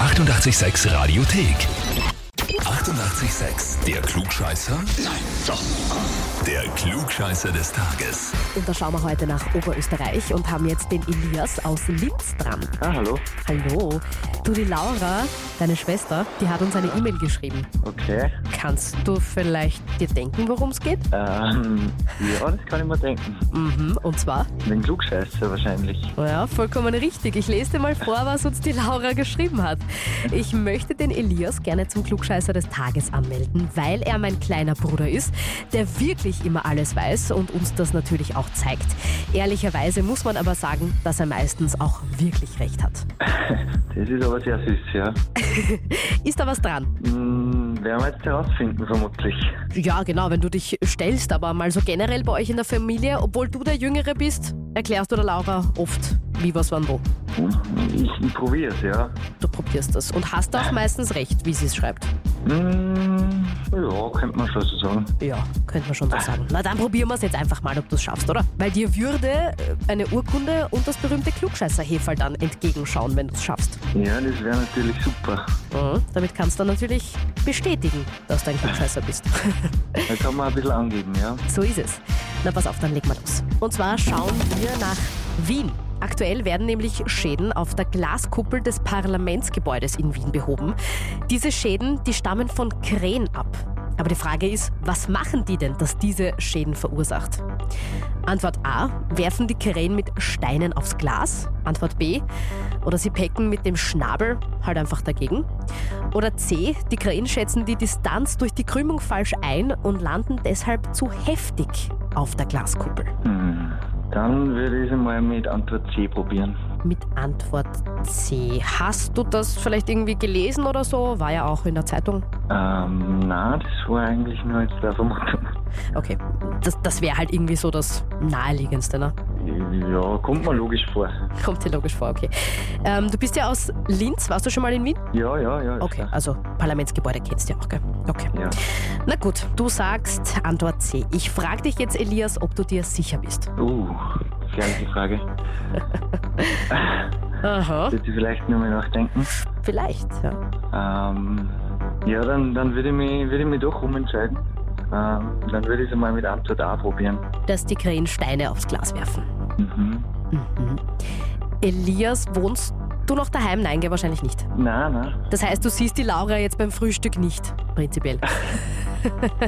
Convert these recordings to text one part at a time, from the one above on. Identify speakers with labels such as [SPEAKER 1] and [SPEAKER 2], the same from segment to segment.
[SPEAKER 1] 886 Radiothek. 88,6. Der Klugscheißer? Nein, doch. Der Klugscheißer des Tages.
[SPEAKER 2] Und da schauen wir heute nach Oberösterreich und haben jetzt den Elias aus Linz dran.
[SPEAKER 3] Ah, hallo.
[SPEAKER 2] Hallo. Du, die Laura, deine Schwester, die hat uns eine E-Mail geschrieben.
[SPEAKER 3] Okay.
[SPEAKER 2] Kannst du vielleicht dir denken, worum es geht?
[SPEAKER 3] Ähm, ja, das kann ich mir denken.
[SPEAKER 2] Mhm, und zwar?
[SPEAKER 3] Den Klugscheißer wahrscheinlich.
[SPEAKER 2] Ja, vollkommen richtig. Ich lese dir mal vor, was uns die Laura geschrieben hat. Ich möchte den Elias gerne zum Klugscheißer des Tages anmelden, weil er mein kleiner Bruder ist, der wirklich immer alles weiß und uns das natürlich auch zeigt. Ehrlicherweise muss man aber sagen, dass er meistens auch wirklich recht hat.
[SPEAKER 3] Das ist aber sehr süß, ja.
[SPEAKER 2] Ist da was dran?
[SPEAKER 3] Hm, werden wir jetzt herausfinden, vermutlich.
[SPEAKER 2] Ja, genau, wenn du dich stellst, aber mal so generell bei euch in der Familie, obwohl du der Jüngere bist, erklärst du der Laura oft, wie was wann wo.
[SPEAKER 3] Hm, Ich probiere es, ja.
[SPEAKER 2] Du probierst das und hast auch meistens recht, wie sie es schreibt.
[SPEAKER 3] Hm, ja, könnte man schon so sagen.
[SPEAKER 2] Ja, könnte man schon so sagen. Na, dann probieren wir es jetzt einfach mal, ob du es schaffst, oder? Weil dir würde äh, eine Urkunde und das berühmte Klugscheißer-Heferl dann entgegenschauen, wenn du es schaffst.
[SPEAKER 3] Ja, das wäre natürlich super.
[SPEAKER 2] Mhm. Damit kannst du natürlich bestätigen, dass du ein Klugscheißer bist.
[SPEAKER 3] Da kann man ein bisschen angeben, ja.
[SPEAKER 2] So ist es. Na, pass auf, dann legen wir los. Und zwar schauen wir nach Wien. Aktuell werden nämlich Schäden auf der Glaskuppel des Parlamentsgebäudes in Wien behoben. Diese Schäden, die stammen von Krähen ab. Aber die Frage ist, was machen die denn, dass diese Schäden verursacht? Antwort A, werfen die Krähen mit Steinen aufs Glas? Antwort B, oder sie pecken mit dem Schnabel halt einfach dagegen? Oder C, die Krähen schätzen die Distanz durch die Krümmung falsch ein und landen deshalb zu heftig auf der Glaskuppel?
[SPEAKER 3] Hm, dann würde ich es mal mit Antwort C probieren.
[SPEAKER 2] mit Antwort C. Hast du das vielleicht irgendwie gelesen oder so? War ja auch in der Zeitung.
[SPEAKER 3] Ähm, na, das war eigentlich nur jetzt eine Vermutung.
[SPEAKER 2] Okay, das, das wäre halt irgendwie so das Naheliegendste, ne?
[SPEAKER 3] Ja, kommt mir logisch vor.
[SPEAKER 2] Kommt dir logisch vor, okay. Ähm, du bist ja aus Linz, warst du schon mal in Wien?
[SPEAKER 3] Ja, ja, ja. ist
[SPEAKER 2] Okay,
[SPEAKER 3] klar.
[SPEAKER 2] also Parlamentsgebäude kennst du ja auch, gell? Okay.
[SPEAKER 3] Ja.
[SPEAKER 2] Na gut, du sagst Antwort C. Ich frage dich jetzt, Elias, ob du dir sicher bist.
[SPEAKER 3] Uh, gefährliche Frage.
[SPEAKER 2] Aha.
[SPEAKER 3] Sollte ich vielleicht nochmal nachdenken.
[SPEAKER 2] Vielleicht, ja.
[SPEAKER 3] Ähm, ja, dann, dann würde ich mich, würde ich mich doch umentscheiden. Ähm, dann würde ich es einmal mit Antwort A probieren.
[SPEAKER 2] Dass die Krähen Steine aufs Glas werfen.
[SPEAKER 3] Mhm.
[SPEAKER 2] Mhm. Elias, wohnst du noch daheim? Nein, gell, wahrscheinlich nicht.
[SPEAKER 3] Nein, nein.
[SPEAKER 2] Das heißt, du siehst die Laura jetzt beim Frühstück nicht, prinzipiell.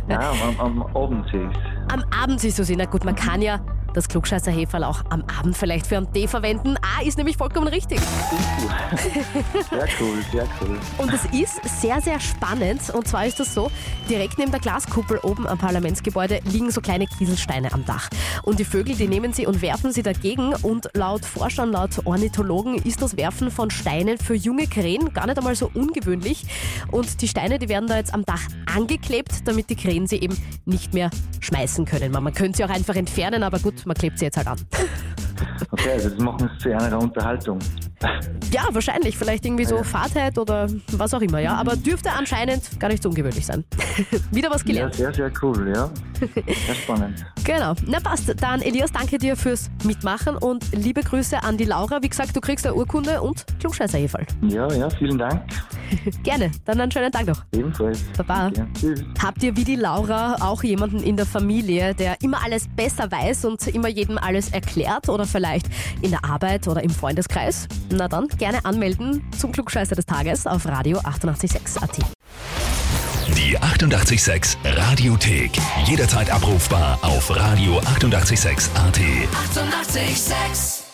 [SPEAKER 3] nein am, am Abend sehe ich es.
[SPEAKER 2] Am Abend siehst du sie. Na gut, man kann ja das Klugscheißer Heferl auch am Abend vielleicht für einen Tee verwenden. A ist nämlich vollkommen richtig.
[SPEAKER 3] Sehr cool, sehr cool.
[SPEAKER 2] Und es ist sehr, sehr spannend. Und zwar ist das so, direkt neben der Glaskuppel oben am Parlamentsgebäude liegen so kleine Kieselsteine am Dach. Und die Vögel, die nehmen sie und werfen sie dagegen. Und laut Forschern, laut Ornithologen ist das Werfen von Steinen für junge Krähen gar nicht einmal so ungewöhnlich. Und die Steine, die werden da jetzt am Dach angeklebt, damit die Krähen sie eben nicht mehr schmeißen können. Man man könnte sie auch einfach entfernen, aber gut, man klebt sie jetzt halt an.
[SPEAKER 3] Okay, also das machen wir zu einer Unterhaltung.
[SPEAKER 2] Ja, wahrscheinlich. Vielleicht irgendwie so Fahrtheit oder was auch immer, ja. Aber dürfte anscheinend gar nicht so ungewöhnlich sein. Wieder was
[SPEAKER 3] Ja,
[SPEAKER 2] gelernt.
[SPEAKER 3] sehr, sehr cool, ja. Sehr spannend.
[SPEAKER 2] Genau. Na passt. Dann Elias, danke dir fürs Mitmachen und liebe Grüße an die Laura. Wie gesagt, du kriegst eine Urkunde und klugscheißer -Heferl.
[SPEAKER 3] Ja, ja, vielen Dank.
[SPEAKER 2] Gerne. Dann einen schönen Tag noch.
[SPEAKER 3] Ebenfalls.
[SPEAKER 2] Baba.
[SPEAKER 3] Danke. Tschüss.
[SPEAKER 2] Habt ihr wie die Laura auch jemanden in der Familie, der immer alles besser weiß und immer jedem alles erklärt oder vielleicht in der Arbeit oder im Freundeskreis? Na dann gerne anmelden zum Klugscheißer des Tages auf Radio 886 AT.
[SPEAKER 1] Die 88,6 Radiothek. Jederzeit abrufbar auf radio886.at. 88,6.
[SPEAKER 4] Eighty-eight, sex.